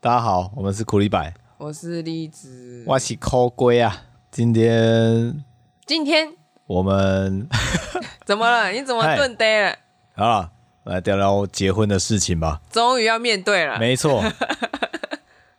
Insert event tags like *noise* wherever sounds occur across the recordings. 大家好，我们是苦力白，我是栗子。我是抠龟啊。今天今天我们 *laughs* 怎么了？你怎么嗨顿呆了？好了，来聊聊结婚的事情吧。终于要面对了，没 *laughs* 错，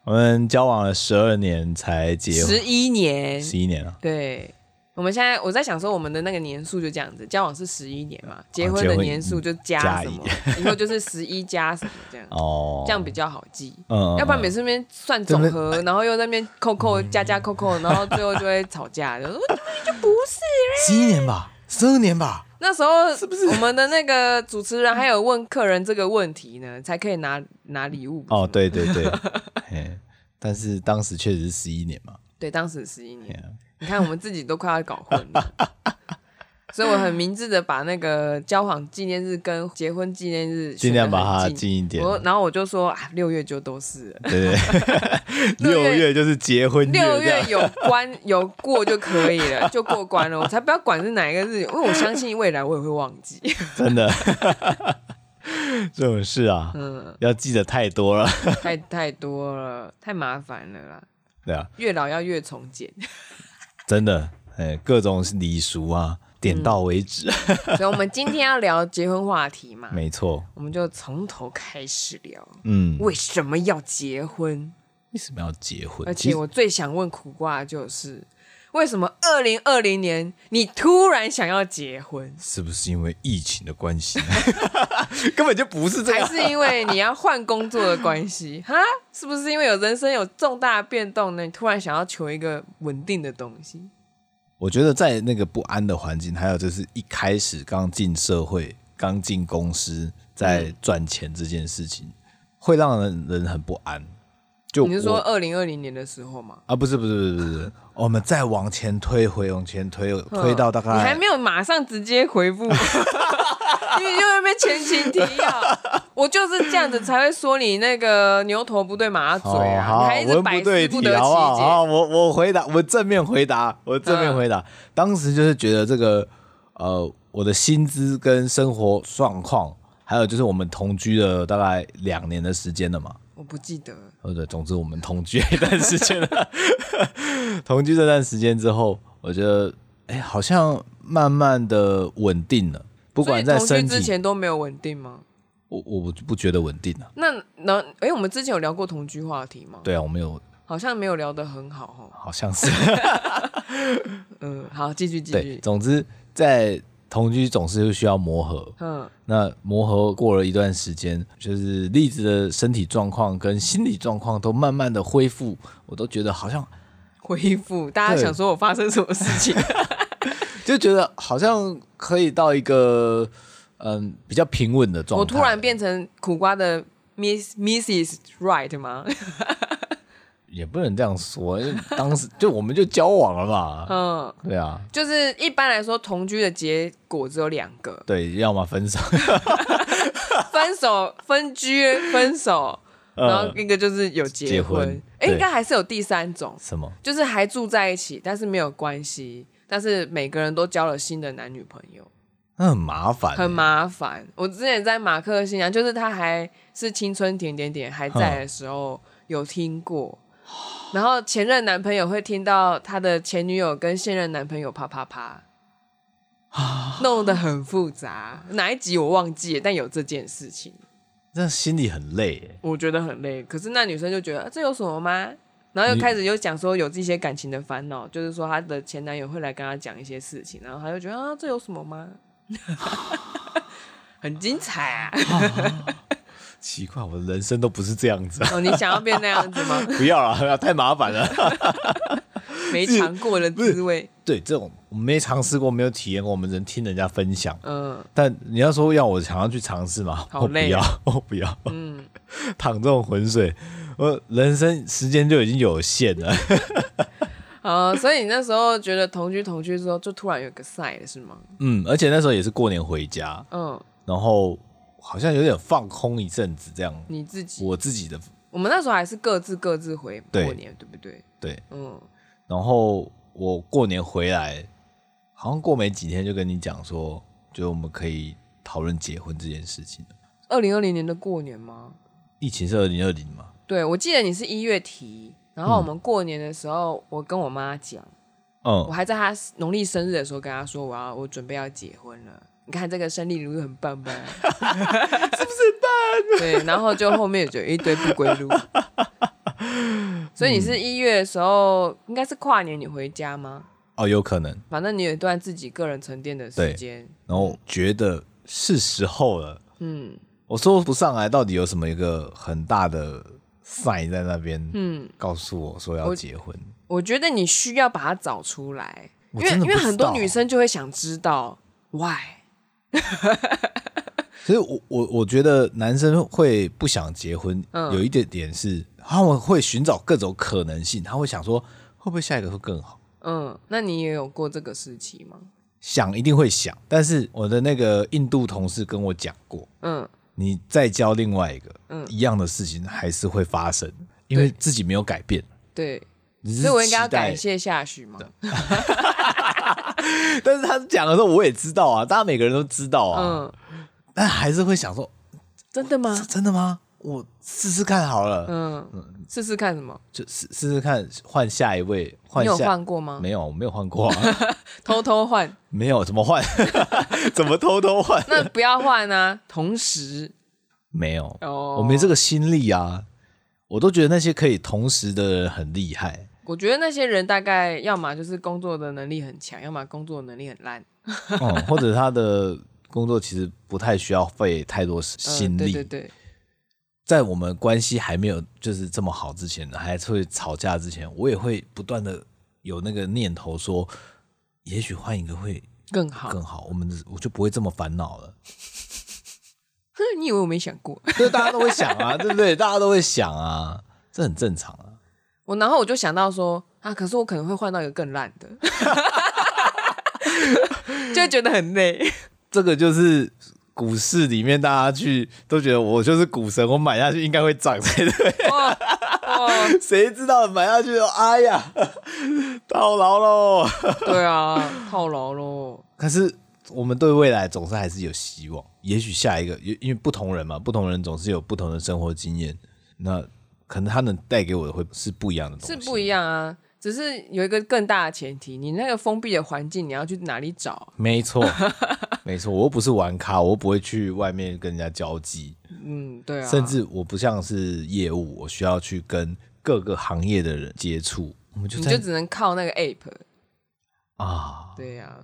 我们交往了十二年才结婚十，一年。十一年啊了。对，我们现在我在想说，我们的那个年数就这样子，交往是十一年嘛，结婚哦结的婚嗯年数就加加什么， *laughs* 以后就是十一加什么这样，哦，这样比较好记。嗯，嗯哎要不然嗯每次那边算总和，然后又在那边扣扣加加 *laughs* 扣扣，然后最后就会吵架。就说我就不是十一年吧，十二年吧，那时候是不是我们的那个主持人还有问客人这个问题呢，才可以拿拿礼物？哦，对对 *laughs* 对，嘿但是当时确实是十一年嘛，对，当时十一嘿年，啊你看我们自己都快要搞混 *laughs* 了，所以我很明智的把那个交往纪念日跟结婚纪念日尽量把它选得很近。近一点。我然后我就说啊，六月就都是了对对，对 *laughs* 六六月月就是结婚月，六这月样有关有过就可以了，就过关了。我才不要管是哪一个日，因为我相信未来我也会忘 *laughs* 记。真 *laughs* 的，这种事啊，嗯，要记得太多了。太太多了，太麻烦了啦。对啊，越老要越从简，真的，哎，各种礼俗啊，点到为止。所以我们今天要聊结婚话题嘛， *laughs* 没错，我们就从头开始聊，嗯，为什么要结婚？为什么要结婚？而其且实我最想问苦瓜的就是，为什么二零二零年你突然想要结婚？是不是因为疫情的关 *laughs* 系？根本就不是这还样。是因为你要换工作的关系？哈，是不是因为有人生有重大变动呢？你突然想要求一个稳定的东西？我觉得在那个不安的环境，还有就是一开始刚进社会、刚进公司，嗯在赚钱这件事情，会让人人很不安。就你是我说二零二零年的时候吗？啊？不是不是不是不是不 *laughs* 是，我们再往前推，回往前推，推到大概嗯你还没有马上直接回 *laughs* 复，你就在那边前情提要。我就是这样子才会说你那个牛头不对马嘴哦好啊，你还一直文百不思对不题，得好不好？其好，解。嗯我我回答，我正面回答，我正面回答。当时就是觉得这个呃，我的薪资跟生活状况，还有就是我们同居了大概两年的时间了嘛，我不记得了，或者总之我们同居一段时间了。 *laughs* 同居这段时间之后，我觉得哎、好像慢慢的稳定了，不所以管在同居身之体，前都没有稳定吗？我我我不觉得稳定了。那能哎、我们之前有聊过同居话题吗？对啊，我没有，好像没有聊得很好哦。好像是。嗯，好，继续继对，续。总之在同居总是需要磨合。嗯，那磨合过了一段时间，就是栗子的身体状况跟心理状况都慢慢的恢复，我都觉得好像恢复。大家对想说我发生什么事情？就觉得好像可以到一个嗯比较平稳的状态。我突然变成苦瓜的 Miss Mrs. Right 吗？也不能这样说，因为当时就我们就交往了嘛，嗯，对啊，：就是一般来说，同居的结果只有两个对，要么分手，分手、分居、分手，然后呃，一个就是有结结婚哎、对应该还是有第三种，什么？就是还住在一起，但是没有关系，但是每个人都交了新的男女朋友，那很麻烦、欸很。麻烦。我之前在马克信啊，就是他还是青春点点点还在的时候有听过。然后前任男朋友会听到他的前女友跟现任男朋友啪啪啪，弄得很复杂。哪一集我忘记了，但有这件事情，这样心里很累欸耶。我觉得很累。可是那女生就觉得、啊这有什么吗？然后又你开始又讲说有这些感情的烦恼，就是说她的前男友会来跟她讲一些事情，然后她就觉得啊这有什么吗？ *laughs* 很精彩啊！奇怪，我的人生都不是这样子、啊，哦，你想要变那样 *laughs* 子吗？不要了，太麻烦了。没尝过的滋味，对，这种我没尝试过，没有体验过，我们只能听人家分享。嗯，但你要说要我想要去尝试嘛，好我不累啊要，我不要，嗯， *laughs* 淌这种浑水，我人生时间就已经有限了。 *laughs* 呃，所以你那时候觉得同居同居之后，就突然有个赛了，是吗？嗯，而且那时候也是过年回家，嗯，然后好像有点放空一阵子，这样你自己，我我自己的们那时候还是各自各自回对过年，对不对？对，嗯，然后我过年回来，好像过没几天就跟你讲说，就我们可以讨论结婚这件事情了。二零二零年的过年吗？疫情是二零二零嘛，对，我记得你是一月提，然后我们过年的时候，我跟我妈讲，我嗯，还在她农历生日的时候跟她说，我要我准备要结婚了。你看这个生日礼物很棒 *laughs* 吧？是不是棒？ *laughs* 对，然后就后面就有一堆不归路。 *laughs* 所以你嗯是一月的时候，应该是跨年你回家吗？哦，有可能。反正你有一段自己个人沉淀的时对间。然后觉得是时候了，嗯我说不上来到底有什么一个很大的 sign 在那边，嗯，告诉我说要我结婚。我觉得你需要把它找出来，因我为真的因为不知很多道女生就会想知道 why。所以我我我觉得男生会不想结婚，嗯有一点点是他们会寻找各种可能性，他会想说会不会下一个会更好，嗯，那你也有过这个时期吗？想一定会想。但是我的那个印度同事跟我讲过，嗯，你再交另外一个，嗯一样的事情还是会发生，因为对自己没有改变。对，你只是所以我应该要期待感谢夏许嘛。但是他讲的时候，我也知道啊，大家每个人都知道啊，嗯，但还是会想说，真的吗是？真的吗？我试试看好了，嗯，试试看什么？就试试试看换下一位，换你有下换过吗？没有，我没有换过、啊， *laughs* 偷偷换，没有怎么换， *laughs* 怎么偷偷换？那不要 *laughs* 换啊！同时，没有，哦我没这个心力啊。我都觉得那些可以同时的人很厉害，我觉得那些人大概要么就是工作的能力很强，要么工作能力很烂。嗯，或者他的工作其实不太需要费太多 *laughs* 嗯心对力，对对，在我们关系还没有就是这么好之前，还会吵架之前，我也会不断的有那个念头说，也许换一个会更好。更好，我们的我就不会这么烦恼了。 *laughs* *laughs* 你以为我没想过？ *laughs* 对，大家都会想啊，对不对？大家都会想啊，这很正常啊。我然后我就想到说啊，可是我可能会换到一个更烂的， *laughs* 就会觉得很累。这个就是股市里面大家去都觉得我就是股神，我买下去应该会涨 *laughs* 才对，哇哦哇，谁知道买下去就哎呀， *laughs* 套牢喽。 *laughs* 对啊，套牢喽。可是我们对未来总是还是有希望，也许下一个，因因为不同人嘛，不同人总是有不同的生活经验，那可能他能带给我的会是不一样的东西，是不一样啊，只是有一个更大的前提，你那个封闭的环境，你要去哪里找啊？没 *laughs* 错，没错，我又不是玩咖，我又不会去外面跟人家交际，嗯，对啊，甚至我不像是业务，我需要去跟各个行业的人接触，我们就你在就只能靠那个 app。啊对呀、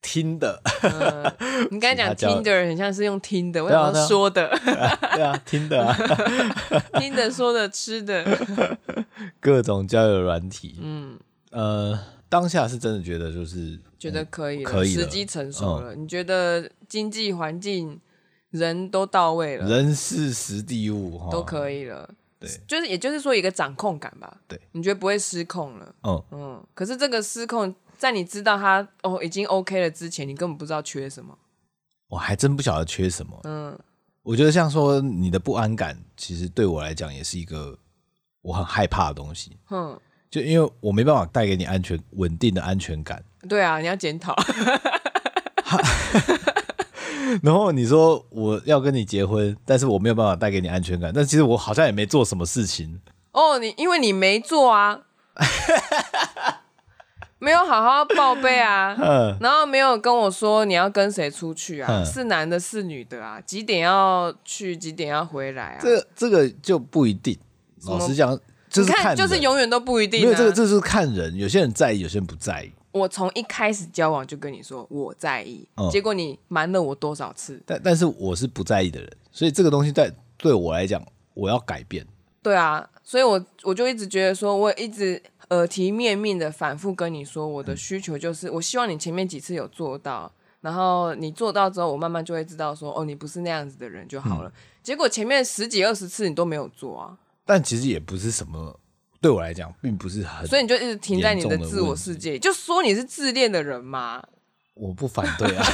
听的， *laughs* 嗯，你刚才讲其他教 Tinder 很像是用听的，我对啊想对啊要说的， *laughs* 对啊，听的、啊，听的说的 *laughs* 吃的，各种交友软体，嗯，呃，当下是真的觉得就是哎觉得可以了，可以了嗯时机成熟了。你觉得经济环境人都到位了，人事时地物哈啊都可以了，对就是也就是说一个掌控感吧，对，你觉得不会失控了。嗯，嗯，可是这个失控，在你知道他哦已经 OK 了之前，你根本不知道缺什么。我还真不晓得缺什么。嗯我觉得像说你的不安感，其实对我来讲也是一个我很害怕的东西，哼，就因为我没办法带给你安全稳定的安全感。 *laughs* 对啊，你要检讨。 *laughs* 然后你说我要跟你结婚，但是我没有办法带给你安全感，但其实我好像也没做什么事情。哦，你因为你没做啊， *laughs* 没有好好报备啊， *laughs* 嗯然后没有跟我说你要跟谁出去啊，嗯是男的是女的啊，几点要去，几点要回来啊？这个这个就不一定。么老实讲，就是你看，看就是人永远都不一没定、啊。有这个，这就是看人，有些人在意，有些人不在意。我从一开始交往就跟你说我在意，嗯结果你瞒了我多少次？但但是我是不在意的人，所以这个东西在对我来讲，我要改变。对啊，所以我我就一直觉得说，我一直耳提面命的反复跟你说，我的需求就是，我希望你前面几次有做到，然后你做到之后，我慢慢就会知道说，哦，你不是那样子的人就嗯好了。结果前面十几二十次你都没有做啊，但其实也不是什么，对我来讲，并不是很，所以你就一直停在你的严重的自我问题世界里，就说你是自恋的人嘛。我不反对 *laughs* 啊。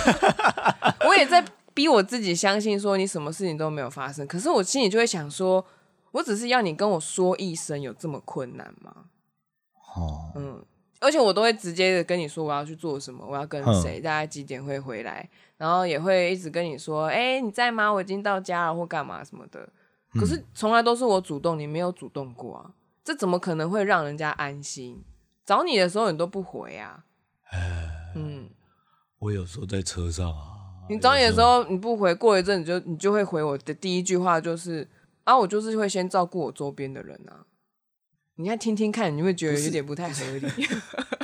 我也在逼我自己相信说你什么事情都没有发生，可是我心里就会想说，我只是要你跟我说一声，有这么困难吗？哦，嗯，而且我都会直接的跟你说我要去做什么，我要跟谁，大概几点会回来，然后也会一直跟你说，哎、你在吗？我已经到家了，或干嘛什么的。可是从来都是我主动，你没有主动过啊，这怎么可能会让人家安心？找你的时候你都不回啊，嗯，我有时候在车上啊，你找你的时候你不回，过一阵你就你就会回我的第一句话就是啊，我就是会先照顾我周边的人啊。你看听听看，你会觉得有点不太合理。 *laughs*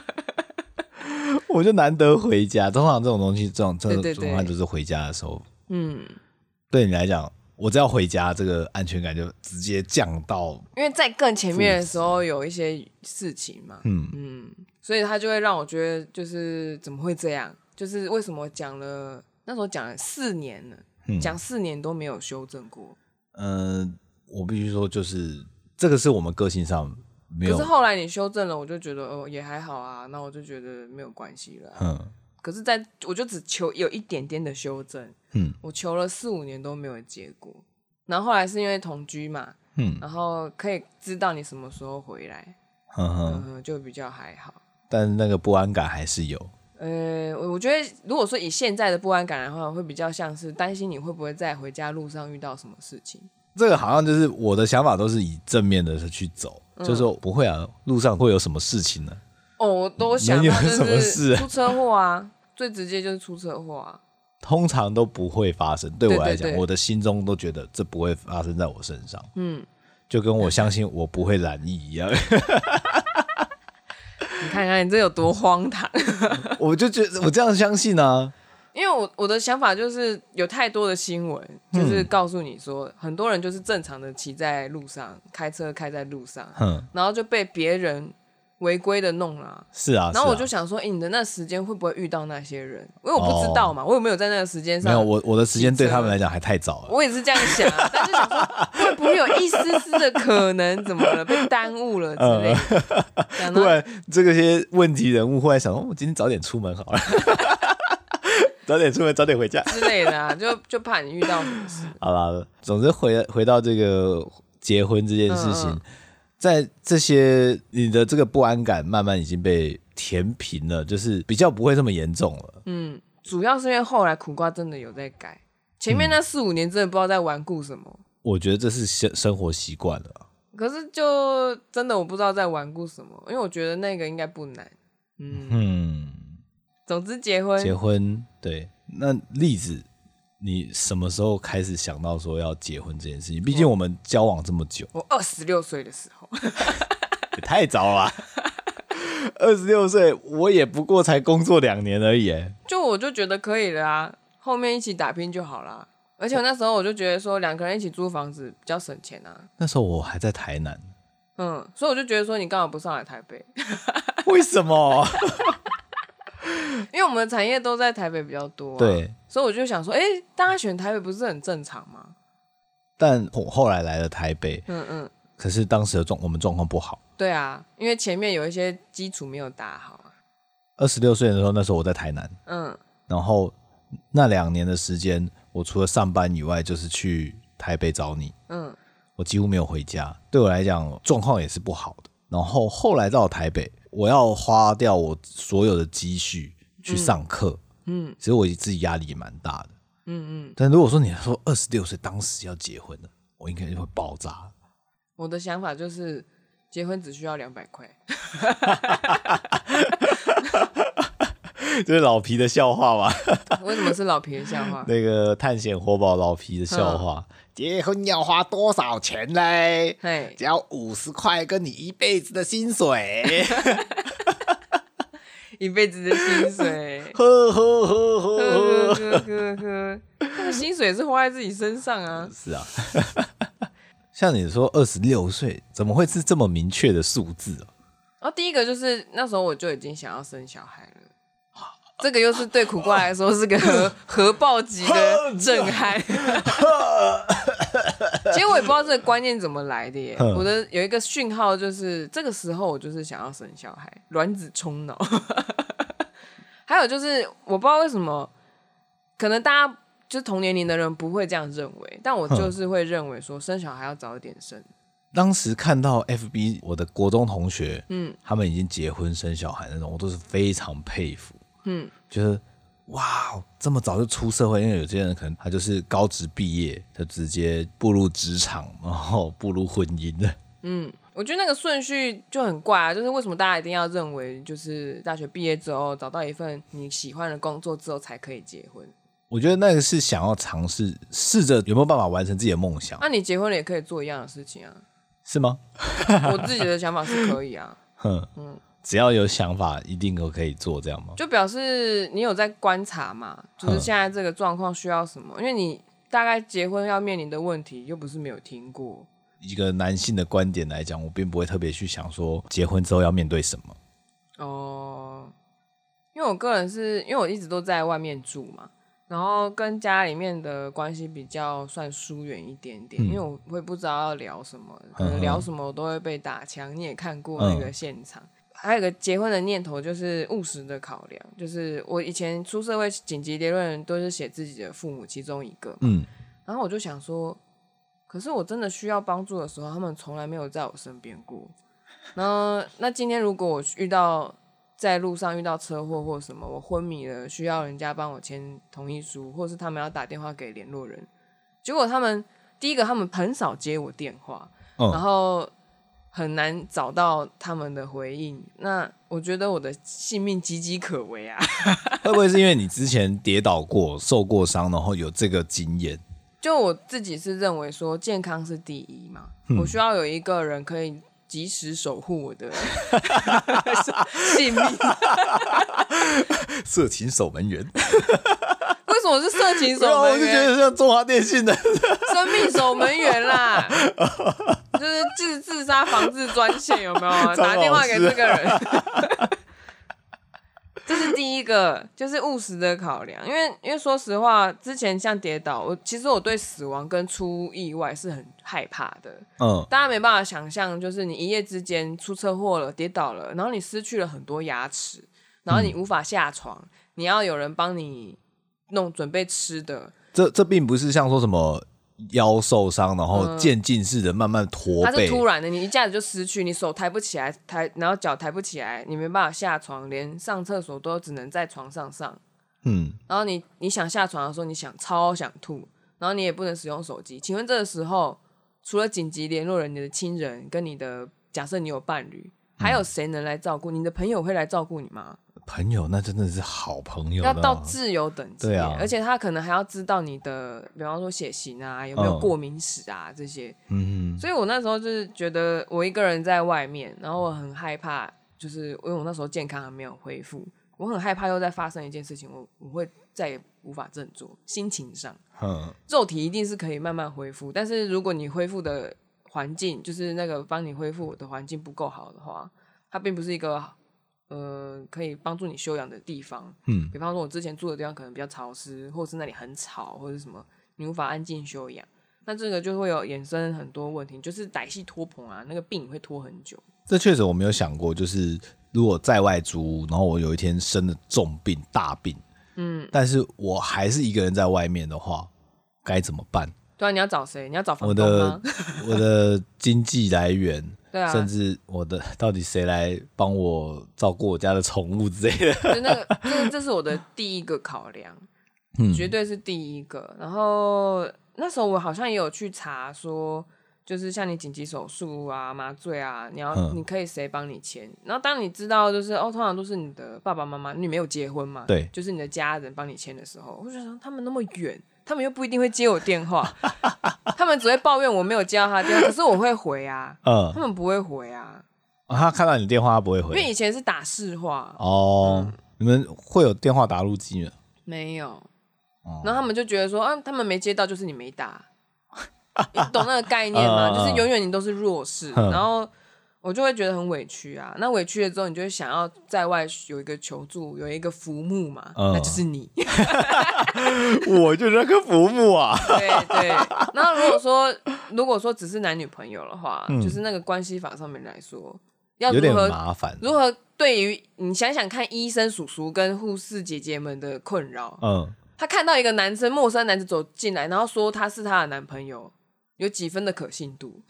我就难得回家。通常这种东西，这种这种对对对状况就是回家的时候，嗯，对你来讲，我只要回家，这个安全感就直接降到因为在更前面的时候有一些事情嘛，嗯所以他就会让我觉得就是怎么会这样？就是为什么讲了那时候讲了四年了，嗯讲四年都没有修正过。呃，我必须说，就是这个是我们个性上没可有是，后来你修正了，我就觉得哦也还好啊，那我就觉得没有关系了啊。嗯可是在，我就只求有一点点的修正，嗯我求了四五年都没有结果。然后后来是因为同居嘛，嗯然后可以知道你什么时候回来，哼哼，嗯，就比较还好。但那个不安感还是有。呃，我我觉得如果说以现在的不安感的话，会比较像是担心你会不会在回家路上遇到什么事情。这个好像就是我的想法，都是以正面的去走，嗯就是说不会啊，路上会有什么事情呢？哦，我都想能有到就什么事是啊出车祸啊，最直接就是出车祸啊。通常都不会发生。对对我来讲，对对我的心中都觉得这不会发生在我身上，嗯，就跟我相信我不会染疫一 *laughs* 样。你看看你这有多荒唐。 *laughs* 我就觉得我这样相信啊，因为我我的想法就是有太多的新闻，嗯就是告诉你说，很多人就是正常的骑在路上，开车开在路上，哼，然后就被别人违规的弄了啊、是啊。然后我是就啊想说，哎、你的那时间会不会遇到那些人？因为我不知道嘛，我有没有在那个时间哦没上？有我我的时间对骑车他们来讲还太早了。我也是这样想啊，但是想说会不会有一丝丝的可能，怎么了，被耽误了之类的。想忽到然这个些问题人物忽然想，哦，我今天早点出门好了， *laughs* 早点出门，早点回家。之类的啊，就就怕你遇到什么事。好啦，总之回回到这个结婚这件事情，嗯嗯在这些你的这个不安感慢慢已经被填平了，就是比较不会这么严重了。嗯，主要是因为后来苦瓜真的有在改，前面那四五年真的不知道在顽固什么，我觉得这是生生活习惯了。可是就真的我不知道在顽固什么，因为我觉得那个应该不难。嗯，嗯，总之结婚结婚对，那例子，你什么时候开始想到说要结婚这件事情？毕竟我们交往这么久，我二十六岁的时候， *laughs* 也太早了吧。二十六岁，我也不过才工作两年而已耶。就我就觉得可以了啊，后面一起打拼就好啦。而且我那时候我就觉得说两个人一起租房子比较省钱啊，那时候我还在台南， *laughs* 嗯，所以我就觉得说你干嘛不上来台北？为什么？因为我们的产业都在台北比较多、啊，，对，所以我就想说，哎、大家选台北不是很正常吗？但我后来来了台北，嗯嗯，可是当时的状我们状况不好。对啊，因为前面有一些基础没有打好啊。二十六岁的时候，那时候我在台南，嗯，然后那两年的时间，我除了上班以外，就是去台北找你，嗯，我几乎没有回家。对我来讲，状况也是不好的。然后后来到台北，我要花掉我所有的积蓄去上课，嗯，其实我自己压力也蛮大的。嗯嗯，但如果说你说二十六岁当时要结婚了，我应该就会爆炸。我的想法就是结婚只需要两百块， *laughs* 这是老皮的笑话嘛？为什么是老皮的笑话？那个探险活宝老皮的笑话，结婚要花多少钱嘞？嘿，只要五十块，跟你一辈子的薪水。，一辈子的薪水呵呵呵呵呵呵，呵呵呵，那个薪水是花在自己身上啊。 *laughs* 是啊。 *laughs* 像你说二十六岁，怎么会是这么明确的数字啊？然后第一个就是那时候我就已经想要生小孩了。这个又是对苦瓜来说是个 *laughs* 核核爆级啊的震撼。其实我也不知道这个观念怎么来的耶。嗯我的有一个讯号就是，这个时候我就是想要生小孩，卵子冲脑。 *laughs* 还有就是，我不知道为什么，可能大家就是同年龄的人不会这样认为，但我就是会认为说，生小孩要早一点生。当时看到 FB 我的国中同学，嗯他们已经结婚生小孩那种，我都是非常佩服。嗯，就是哇，这么早就出社会，因为有些人可能他就是高职毕业，他直接步入职场，然后步入婚姻的。我觉得那个顺序就很怪啊，就是为什么大家一定要认为，就是大学毕业之后找到一份你喜欢的工作之后才可以结婚？我觉得那个是想要尝试，试着有没有办法完成自己的梦想那、，啊你结婚了也可以做一样的事情啊。是吗？我自己的想法是可以啊，哼，只要有想法，一定都可以做，这样吗？就表示你有在观察嘛，就是现在这个状况需要什么，因为你大概结婚要面临的问题又不是没有听过。一个男性的观点来讲，我并不会特别去想说结婚之后要面对什么。哦，因为我个人是因为我一直都在外面住嘛，然后跟家里面的关系比较算疏远一点点，因为我会不知道要聊什么，可能聊什么我都会被打枪。你也看过那个现场。还有一个结婚的念头，就是务实的考量。就是我以前出社会紧急结论都是写自己的父母其中一个嘛，嗯，然后我就想说，可是我真的需要帮助的时候，他们从来没有在我身边过。然后，那今天如果我遇到在路上遇到车祸或什么，我昏迷了，需要人家帮我签同意书，或是他们要打电话给联络人，结果他们第一个他们很少接我电话，嗯然后很难找到他们的回应。那我觉得我的性命岌岌可危啊！会不会是因为你之前跌倒过、受过伤，然后有这个经验？就我自己是认为说健康是第一嘛，嗯我需要有一个人可以及时守护我的 *laughs* 性命。色情守门员，为什么是色情守 *laughs* 然后我门就觉得员？像中华电信的，生命守门员啦，就是自自杀防治专线有没 *laughs* 有？张老师打电话给这个人。 *laughs* 这是第一个，就是务实的考量，因为因为说实话，之前像跌倒，我其实我对死亡跟出意外是很害怕的，嗯，大家没办法想象，就是你一夜之间出车祸了、跌倒了，然后你失去了很多牙齿，嗯然后你无法下床，你要有人帮你弄准备吃的，这这并不是像说什么腰受伤，然后渐进式的慢慢驼它背，是突然的，你一下子就失去，你手抬不起来，抬然后脚抬不起来，你没办法下床，连上厕所都只能在床上上，嗯，然后你你想下床的时候，你想超想吐，然后你也不能使用手机。请问这个时候，除了紧急联络人、你的亲人跟你的假设你有伴侣，还嗯有谁能来照顾？你的朋友会来照顾你吗？朋友那真的是好朋友，要到自由等级对耶，啊而且他可能还要知道你的，比方说血型啊，有没有嗯过敏史啊、这些。嗯，所以我那时候就是觉得我一个人在外面，然后我很害怕，就是因为我那时候健康还没有恢复，我很害怕又再发生一件事情，我我会再也无法振作，心情上，嗯，肉体一定是可以慢慢恢复，但是如果你恢复的环境就是那个帮你恢复的环境不够好的话，它并不是一个呃可以帮助你休养的地方。嗯，比方说我之前住的地方可能比较潮湿，或者是那里很吵，或者是什么，你无法安静休养。那这个就会有衍生很多问题，就是歹戏拖棚啊，那个病会拖很久。这确实我没有想过，就是如果在外租屋，然后我有一天生了重病大病，嗯，但是我还是一个人在外面的话，该怎么办？对啊，你要找谁？你要找房我东的吗？ *laughs* 我的经济来源，对啊甚至我的 *laughs* 到底谁来帮我照顾我家的宠物之类的？ *laughs* 就那个，这这是我的第一个考量，嗯绝对是第一个。然后那时候我好像也有去查说，就是像你紧急手术啊、麻醉啊，你要、嗯你可以谁帮你签？然后当你知道就是哦，通常都是你的爸爸妈妈，你没有结婚嘛，对就是你的家人帮你签的时候，我就想说他们那么远。他们又不一定会接我电话， *laughs* 他们只会抱怨我没有接到他的电话，可是我会回啊，嗯他，们不会回啊，啊他看到你电话，他不会因为回以前是打市话，哦。你们会有电话打录机吗？没有。哦然后他们就觉得说，啊，他们没接到就是你没打，你懂那个概念吗？ *laughs* 嗯嗯嗯就是永远你都是弱势。嗯然后我就会觉得很委屈啊。那委屈了之后，你就会想要在外有一个求助，有一个服务嘛，嗯那就是你。 *laughs* *laughs* 我就是那个浮木啊。对对。然后如果说如果说只是男女朋友的话，就是那个关系法上面来说，要嗯有点如何麻烦。如何对于你想想看，医生叔叔跟护士姐姐们的困扰，嗯，她看到一个男生，陌生男子走 *laughs* 进来，然后说他是她的男朋友，有几分的可信度？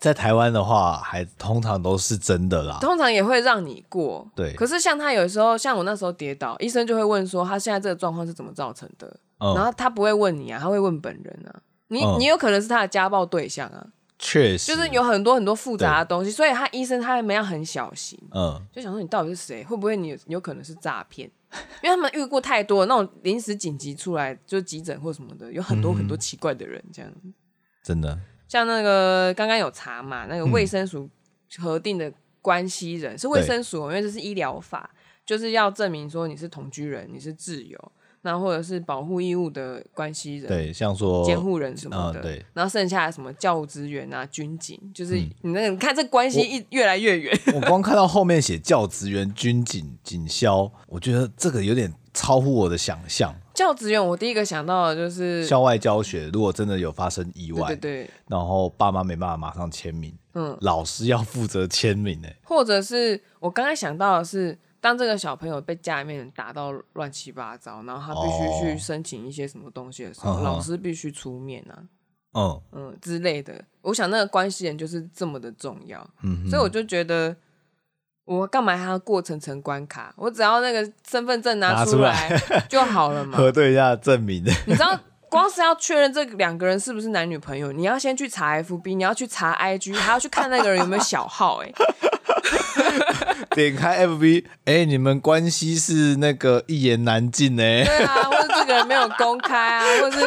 在台湾的话，还通常都是真的啦。通常也会让你过。对可是像他有时候，像我那时候跌倒，医生就会问说他现在这个状况是怎么造成的，然嗯，后他不会问你啊，他会问本人啊。你、嗯你有可能是他的家暴对象啊，确实，就是有很多很多复杂的东西，所以他医生他们要很小心，嗯，就想说你到底是谁，会不会你有你有可能是诈骗？ *laughs* 因为他们遇过太多那种临时紧急出来就急诊或什么的，有很多嗯很多奇怪的人这样。真的，像那个刚刚有查嘛，嗯那个卫生署核定的关系人、是卫生署，因为这是医疗法，就是要证明说你是同居人，你是挚友，那或者是保护义务的关系人，对，像说监护人什么的，嗯对然后剩下的什么教务资源啊、军警，就是嗯你那个、你看这关系一越来越远， *laughs* *laughs* 我光看到后面写教职员、军警、警消，我觉得这个有点超乎我的想象。教职员我第一个想到的就是，校外教学如果真的有发生意对外，对对，然后爸妈没办法马上签名，嗯，老师要负责签名欸诶、或者是我刚才想到的是，当这个小朋友被家里面人打到乱七八糟，然后他必须哦去申请一些什么东西的时候，嗯哼老师必须出面啊，嗯嗯之类的。我想那个关系人就是这么的重要，嗯哼，所以我就觉得。我干嘛还要过层层关卡？我只要那个身份证拿拿出出来 *laughs* 就好了嘛。核对一下证 *laughs* 明，你知道，光是要确认这两个人是不是男女朋友，你要先去查 FB，你要去查 IG，还要去看那个人有没有小号、欸。哎，点开 FB，哎、你们关系是那个一言难尽欸呢、对啊，或者这个人没有公开啊，或者是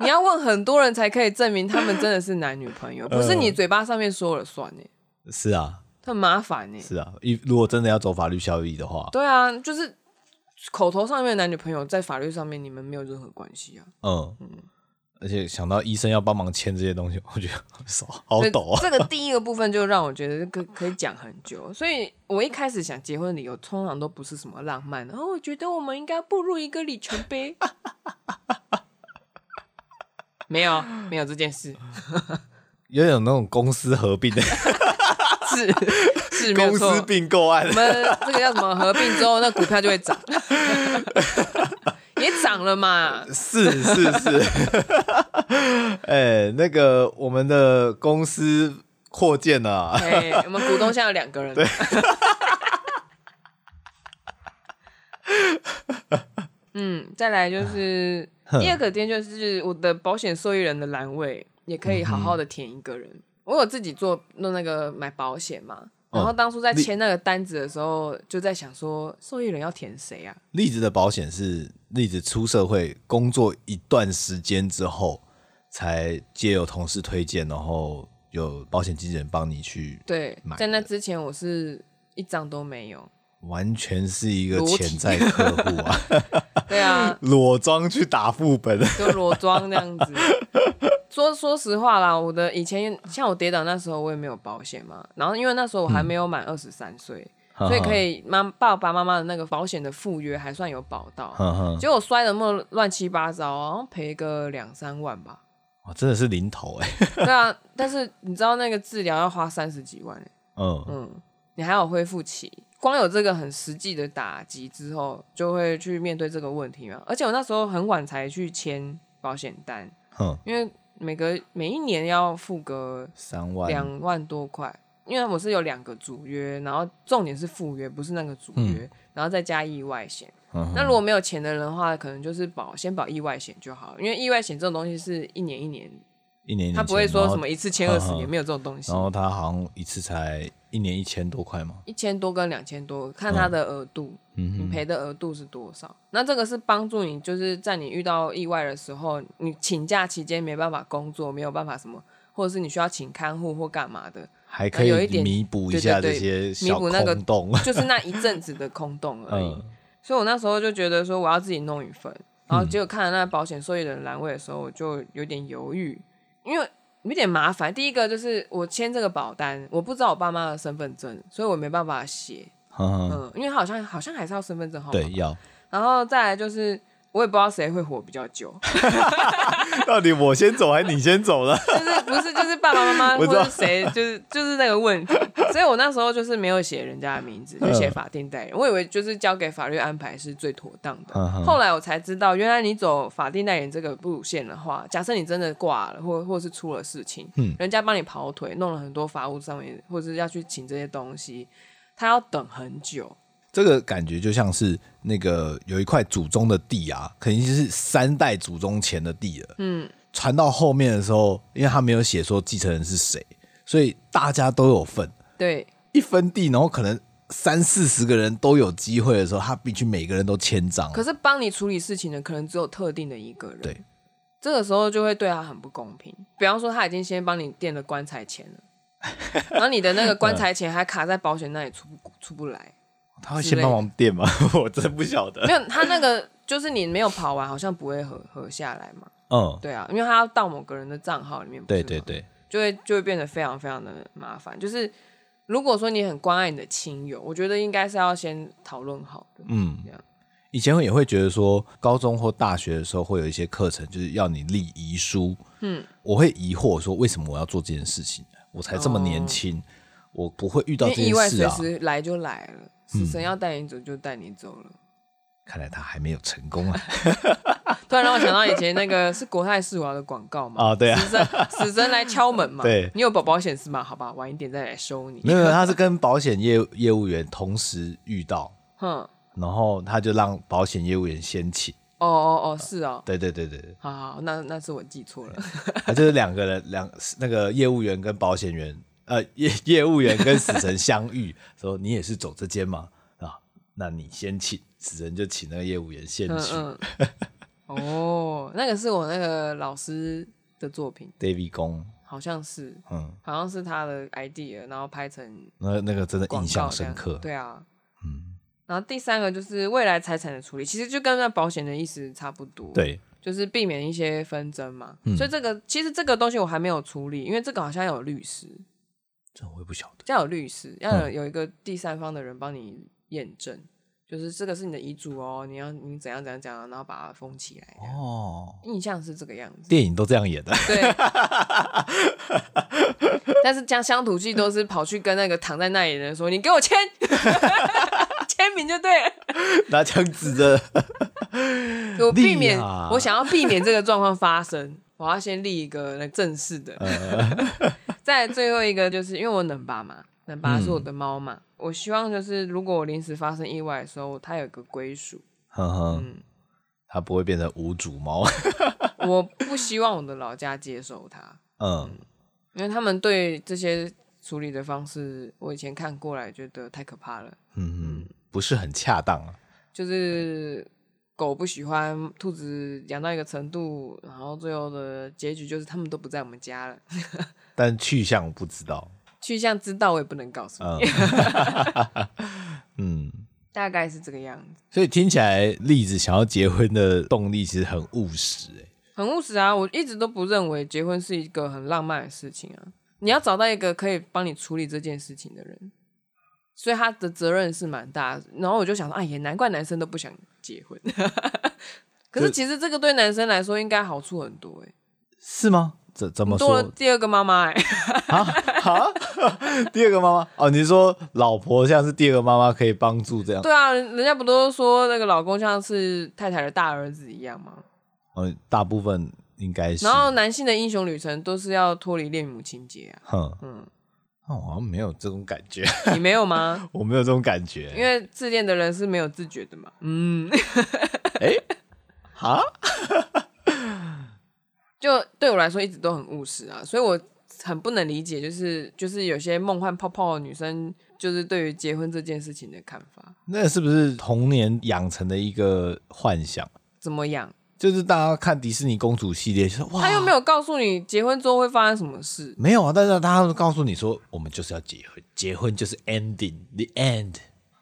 你要问很多人才可以证明他们真的是男女朋友，不是你嘴巴上面说了算哎、是啊，很麻烦哎、是啊，一如果真的要走法律效益的话，对啊，就是口头上面的男女朋友，在法律上面你们没有任何关系啊。嗯，而且想到医生要帮忙签这些东西，我觉得手好所以抖啊。这个第一个部分就让我觉得可可以讲很久，所以我一开始想结婚的理由通常都不是什么浪漫的，然、后我觉得我们应该步入一个里程 *laughs* 碑。没有，没有这件事，有点那种公司合并 *laughs* 的是是没有公错司并购案我，们这个叫什么合并之后，那股票就会 *laughs* 涨，也涨 *laughs* 了嘛。是是 *laughs* 是。哎、那个我们的公司扩建了啊、哎，我们股东现在有两个人， *laughs* 嗯，再来就是第二个点，就是我的保险受益人的栏位也可以好好的填一个人。我有自己做弄那个买保险嘛，然后当初在哦你签那个单子的时候，就在想说受益人要填谁啊？栗子的保险是栗子出社会工作一段时间之后，才借由同事推荐，然后有保险经纪人帮你去，对买，在那之前我是一张都没有。完全是一个裸体潜在客户啊，对 *laughs* 啊，裸妆去打副本。啊就裸妆这样子。说说实话啦，我的以前像我跌倒那时候，我也没有保险嘛。然后因为那时候我还没有满二十三岁，啊所以可，以妈爸爸妈妈的那个保险的附约还算有保到。哼哼，结果摔的么乱七八糟，好像赔个两三万吧。哇真的是零头哎、对啊， *laughs* 但是你知道那个治疗要花三十几万、欸，嗯，嗯，你还有恢复期，光有这个很实际的打击之后，就会去面对这个问题嘛。而且我那时候很晚才去签保险单，哼，因为每个每一年要付个三万，两万多块，因为我是有两个主约，然后重点是副约，不是那个主约，然后再加意外险。嗯哼那如果没有钱的人的话，可能就是保先保意外险就好，因为意外险这种东西是一年一年，一年一年他不会签说然后什么一次签嗯二十年，嗯没有这种东西然。后他好像一次才一年一千多块嘛，一千多跟两千多，看他的额度，嗯你哼，赔的额度是多少？那这个是帮助你，就是在你遇到意外的时候，你请假期间没办法工作，没有办法什么，或者是你需要请看护或干嘛的，还可呃有一以点弥补一对下这对些对小弥补那个空洞，就是那一阵子的空洞而已。嗯，所以我那时候就觉得说我要自己弄一份，然后结果看了那保险受益人栏位的时候，我就有点犹豫，因为有点麻烦。第一个就是我签这个保单，我不知道我爸妈的身份证，所以我没办法写，嗯哼哼嗯，因为好像好像还是要身份证号码，对，要然后再来就是我也不知道谁会活比较久， *laughs* 到底我先走还是你先走呢？就是不是就是爸爸妈妈 *laughs* 我或知道者谁，就是就是那个问题。所以我那时候就是没有写人家的名字，嗯就写法定代理人。我以为就是交给法律安排是最妥当的。嗯哼后来我才知道，原来你走法定代理人这个路线的话，假设你真的挂了，或或是出了事情，嗯人家帮你跑腿，弄了很多法务上面，或者是要去请这些东西，他要等很久。 *laughs* 这个感觉就像是那个有一块祖宗的地啊，肯定是三代祖宗前的地了。嗯，传到后面的时候，因为他没有写说继承人是谁，所以大家都有份，对，一分地，然后可能三四十个人都有机会的时候，他必须每个人都签章。可是帮你处理事情的可能只有特定的一个人。对，这个时候就会对他很不公平。比方说，他已经先帮你垫了棺 *laughs* 材钱了，然后你的那个棺材钱还卡在保险那里出不出不来。他会之先帮类忙垫吗？ *laughs* 我真不晓得没。有，他那个就是你没有跑完，好像不会合合下来嘛。嗯，对啊，因为他要到某个人的账号里面，不是对吗对，对，就会就会变得非常非常的麻烦。就是如果说你很关爱你的亲友，我觉得应该是要先讨论好的。嗯这样，以前也会觉得说，高中或大学的时候会有一些课程，就是要你立遗书。嗯，我会疑惑说，为什么我要做这件事情？啊我才这么年轻，我不会遇到哦因这为意件外事随啊。嗯时来就来了，死神要带你走就带你走了。看来他还没有成功 *laughs* 啊！突然让我想到以前那个是国泰世华的广告嘛，啊，对啊，死神死神来敲门 *laughs* 嘛，对你有保保险丝吗？好吧，晚一点再来收 *laughs* 你。没有，没有他是跟保险业业务员同时遇到，哼，哦然后他就让保险业务员先请。哦哦，是哦，对对对对对，好好，好那那是我记错了。 *laughs* 他啊就是两个人，两那个业务员跟保险员，呃，业业务员跟死神相遇，说你也是走这间吗？啊，那你先请，死神就请那个业务员先嗯去。嗯，哦，那个是我那个老师的作品， David 公，好像是嗯，好像是他的 idea，然后拍成那那个真的广印告象这深样刻。对啊，嗯，然后第三个就是未来财产的处理，其实就跟那保险的意思差不多。。对，就是避免一些纷争嘛。嗯所以这个其实这个东西我还没有处理，因为这个好像要有律师，这我也不晓得。要有律嗯师，要有有一个第三方的人帮你验证，就是这个是你的遗嘱哦，你要你怎样怎样怎样，然后把它封起来。这样哦，印象是这个样子，电影都这样演的， *laughs* 对。 *laughs* 但是像乡土剧都是跑去跟那个躺在那里的人说：“你给我签， *laughs* 签名就对了。拿枪指着。”我避免，厉害我想要避免这个状况发生，我要先立一个那正式的。 *laughs* 再来最后一个就是因为我冷爸嘛，冷爸是我的猫嘛，我希望就是如果我临时发生意外的时候，它有一个归属。 *laughs* 哼嗯哼，他不会变成无主猫。我不希望我的老家接受它，嗯，因为他们对这些处理的方式，我以前看过来觉得太可怕了。嗯，不是很恰当啊。就是狗不喜欢兔子，养到一个程度，然后最后的结局就是他们都不在我们家了。 *laughs* 但去向我不知道。去向知道我也不能告诉你，嗯，嗯，大概是这个样子，所以听起来栗子想要结婚的动力其实很务实、欸。很务实啊。我一直都不认为结婚是一个很浪漫的事情啊。你要找到一个可以帮你处理这件事情的人，所以他的责任是蛮大的。然后我就想说，哎也难怪男生都不想结婚。 *laughs* 可是这其实这个对男生来说应该好处很多哎、是吗？怎怎么你多哦说了第二个妈妈哎，啊？哈， *laughs* 第二个妈妈哦，你是说老婆像是第二个妈妈可以帮助这样？对啊，人人家不都说那个老公像是太太的大儿子一样吗？嗯，大部分应该是。然后男性的英雄旅程都是要脱离恋母情节啊，哼，嗯，那我好像没有这种感觉， *laughs* 你没有吗？ *laughs* 我没有这种感觉。因为自恋的人是没有自觉的嘛。嗯，哎，哈，就对我来说一直都很务实啊，所以我很不能理解，就是就是有些梦幻泡泡的女生，就是对于结婚这件事情的看法那是不是童年养成的一个幻想？怎么样？就是大家看迪士尼公主系列，就说哇，他又没有告诉你结婚之后会发生什么事，没有啊，但是他会告诉你说，我们就是要结婚，结婚就是 ending，the end。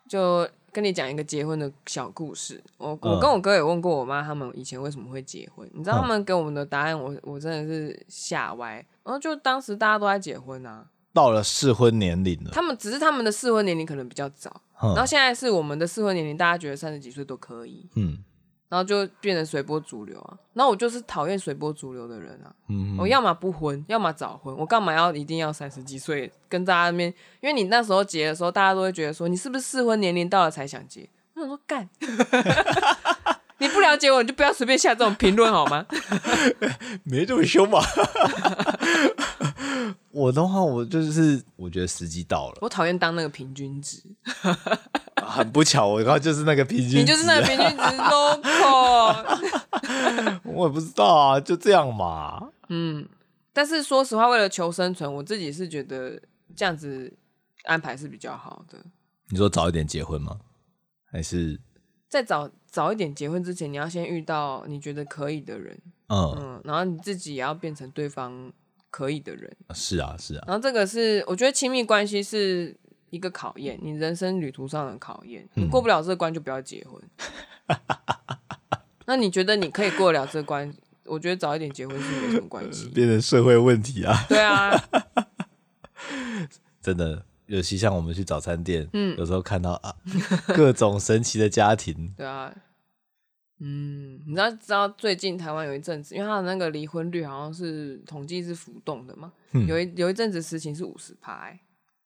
就。跟你讲一个结婚的小故事，我我嗯跟我哥也问过我妈，他们以前为什么会结婚？你知道他们给我们的答案，我我真的是吓歪。然后就当时大家都在结婚啊，到了适婚年龄了，嗯他们只是他们的适婚年龄可能比较早，哼然后现在是我们的适婚年龄，大家觉得三十几岁都可以，嗯，然后就变成随波逐流啊。然后我就是讨厌随波逐流的人啊。嗯我要么不婚，要么早婚，我干嘛要一定要三十几岁跟大家那边？因为你那时候结的时候，大家都会觉得说你是不是适婚年龄到了才想结？我想说干， *laughs* 你不了解我，你就不要随便下这种评论好吗？ *laughs* 没这么凶吧？ *laughs* 我的话，我就是我觉得时机到了，我讨厌当那个平均值， *laughs* 很不巧，我刚刚就是那个平均值啊，你就是那个平均 *laughs* 值 local。我也不知道啊，就这样嘛。但是说实话，为了求生存，我自己是觉得这样子安排是比较好的。你说早一点结婚吗？还是在早早一点结婚之前，你要先遇到你觉得可以的人，嗯，嗯，然后你自己也要变成对方可以的人。是啊，是啊，然后这个是我觉得亲密关系是一个考验，你人生旅途上的考验。你过不了这关就不要结婚。那你觉得你可以过得了这关？我觉得早一点结婚是没什么关 *laughs* 系。变成社会问题啊，对啊，真的。尤其像我们去早餐店，嗯，有时候看到啊，各种神奇的家庭，对啊，嗯，你知道知道最近台湾有一阵子，因为他的那个离婚率好像是统计是浮动的嘛，有一有一阵子事情是五十趴，欸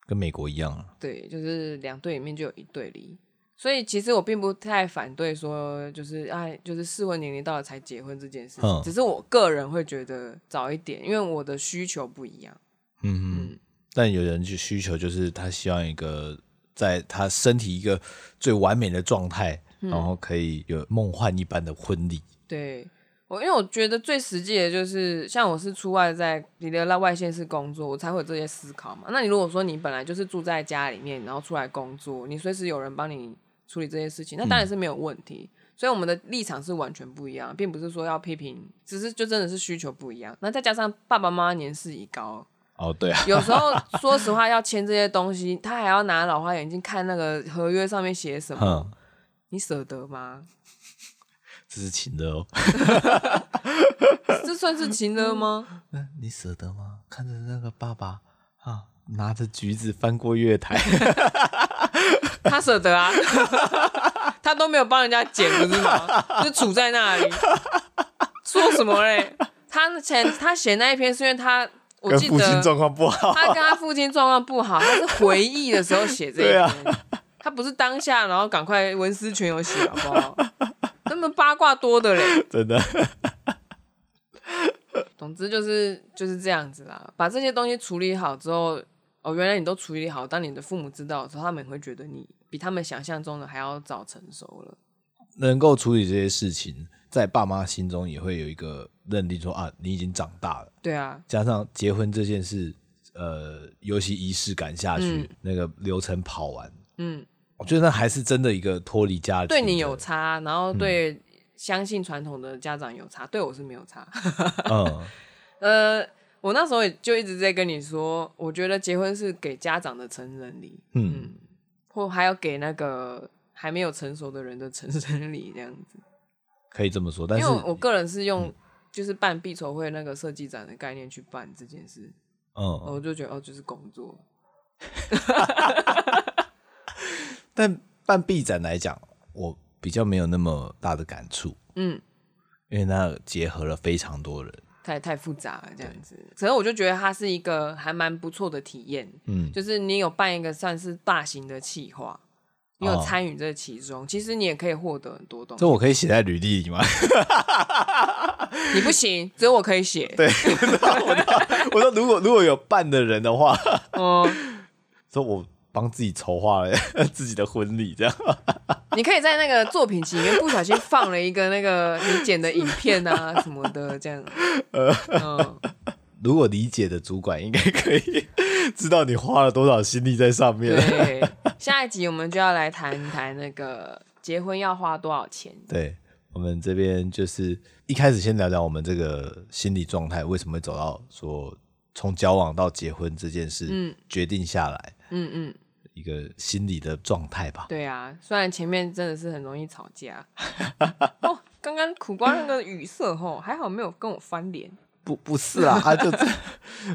跟美国一样啊。对，就是两对里面就有一对离。所以其实我并不太反对说，就是哎，就是适婚年龄到了才结婚这件事情。嗯只是我个人会觉得早一点，因为我的需求不一样。嗯嗯，但有人就需求就是他希望一个在他身体一个最完美的状态，嗯然后可以有梦幻一般的婚礼。对我，因为我觉得最实际的就是，像我是出外在你的那外县市工作，我才会有这些思考嘛。那你如果说你本来就是住在家里面，然后出来工作，你随时有人帮你处理这些事情，那当然是没有问题。所以我们的立场是完全不一样，并不是说要批评，只是就真的是需求不一样。那再加上爸爸妈妈年事已高，哦，对啊，有时候说实话要签这些东西，他还要拿老花眼镜看那个合约上面写什么，哼，你舍得吗？这是情的哦。这算是情了吗？那你舍得吗？看着那个爸爸啊，拿着橘子翻过月台，他舍得啊， *laughs* 他都没有帮人家捡，不是吗？就杵在那里，说什么嘞？他前他写那一篇是因为他， *laughs* 我跟记父亲得状况不好。 *laughs* 他跟他父亲状况不好，他是回忆的时候写这一对篇，啊他不是当下，然后赶快文思泉涌写，好不好？那么八卦多的嘞，真的，总之就是就是这样子啦。把这些东西处理好之后，哦，原来你都处理好，当你的父母知道的时候，他们也会觉得你比他们想象中的还要早成熟了。能够处理这些事情，在爸妈心中也会有一个认定说啊，你已经长大了。对啊，加上结婚这件事，呃，尤其仪式感下去，嗯那个流程跑完，嗯，我觉得那还是真的一个脱离家庭，对你有，差，然嗯后对相信传统的家长有差，对我是没有差。嗯，呃，我那时候也就一直在跟你说，我觉得结婚是给家长的成人礼，嗯，或还要给那个还没有成熟的人的成人礼这样子。可以这么说，但因是嗯为我我个人是用就是办必筹会那个设计展的概念去办这件事，嗯，我就觉得哦，就是工作。但办 B 展来讲，我比较没有那么大的感触，嗯，因为那结合了非常多人，太太复杂了，这样子。可是我就觉得它是一个还蛮不错的体验，嗯，就是你有办一个算是大型的企划，你有参与这其中，其实你也可以获得很多东西哦这。我可以写在履历里吗？ *laughs* 你不行，只有我可以写。对，我说如果如果有办的人的话，嗯，说我帮自己筹划了 *laughs* 自己的婚礼，这样 *laughs* 你可以在那个作品集里面不小心放了一个那个你剪的影片啊什么的，这样。 *laughs* 呃嗯，如果理解的主管应该可以 *laughs* 知道你花了多少心力在上面。对。下一集我们就要来谈谈那个结婚要花多少钱。对，我们这边就是一开始先聊聊我们这个心理状态，为什么会走到说从交往到结婚这件事，嗯决定下来嗯嗯，一个心理的状态吧。对啊，虽然前面真的是很容易吵 *laughs* 架。哦，刚刚苦瓜那个语塞吼，还好没有跟我翻脸。不，不是 *laughs* 啦，啊，就这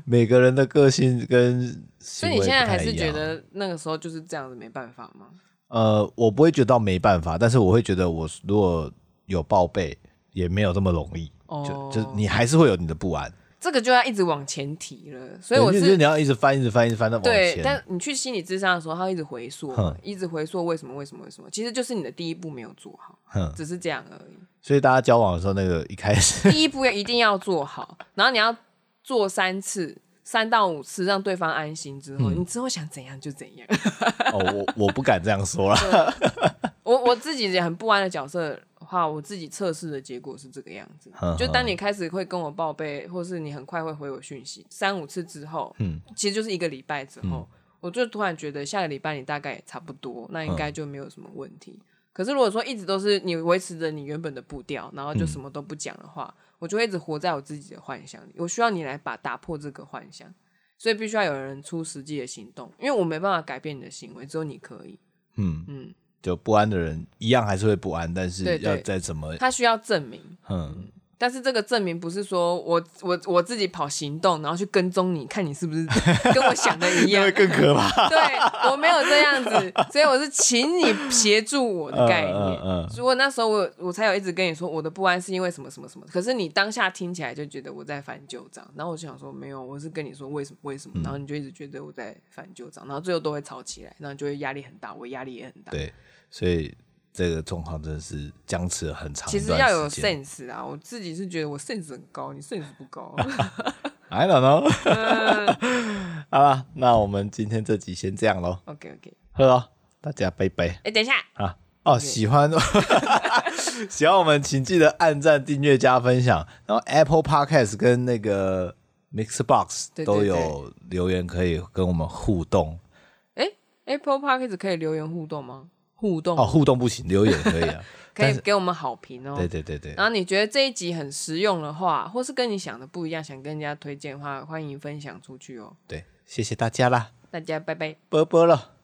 每个人的个性跟所行以为你不现在还太是一觉样。得那个时候就是这样子没办法吗？呃，我不会觉得到没办法，但是我会觉得我如果有报备，也没有这么容易。哦就就你还是会有你的不安，这个就要一直往前提了，所以对我就是你要一直翻，一直翻，一直翻到往对前，。但你去心理咨商的时候，他一直回溯嘛哼，一直回溯为什么为什么为什么，其实就是你的第一步没有做好，哼，只是这样而已。所以大家交往的时候，那个一开始第一步要一定要做好，然后你要做三次，三到五次，让对方安心之嗯后，你之后想怎样就怎样。 *laughs* 哦，我我不敢这样说啦。我我自己也很不安的角色的话，我自己测试的结果是这个样子呵呵。就当你开始会跟我报备，或是你很快会回我讯息，三五次之后，嗯其实就是一个礼拜之后，我就突然觉得下个礼拜你大概也差不多，那嗯应该就没有什么问题。可是如果说一直都是你维持着你原本的步调，然后嗯就什么都不讲的话，我就会一直活在我自己的幻想里。我需要你来把打破这个幻想，所以必须要有人出实际的行动，因为我没办法改变你的行为，只有你可以。嗯嗯，就不安的人一样还是会不安，但对是对要再怎么，他需要证明，嗯，但是这个证明不是说我我我自己跑行动，然后去跟踪你看你是不 *laughs* 是跟我想的一 *laughs* 那样会。更可怕。对我没有这样子， *laughs* 所以我是请你协助我的概嗯嗯念嗯。如果那时候我有我才有一直跟你说我的不安是因为什么什么什么，可是你当下听起来就觉得我在翻旧账，然后我就想说没有，我是跟你说为什么为嗯什么，然后你就一直觉得我在翻旧账，然后最后都会吵起来，然后就会压力很大，我压力也很大。对，所以这个状况真的是僵持了很长其一实段要有时间。 sense 啊，我自己是觉得我 sense 很高，你 sense 不 *laughs* 高。 I don't *laughs* know。好 *laughs* 呃了，那我们今天这集先这样喽， OK OK，喝喽，大家拜拜哎、等一下，啊！哦，喜欢 *laughs* 喜欢我们，请记得按赞、订阅、加分享，然后 Apple Podcast 跟那个 Mixbox 对对都有留言可以跟我们互动。哎、a p p l e Podcast 可以留言互动吗？互动、哦，互动不行，留言可以啊。 *laughs* 可但以是给我们好评哦。对对对对，然后你觉得这一集很实用的话，或是跟你想的不一样，想跟人家推荐的话，欢迎分享出去哦。对，谢谢大家啦，大家拜拜。波波了。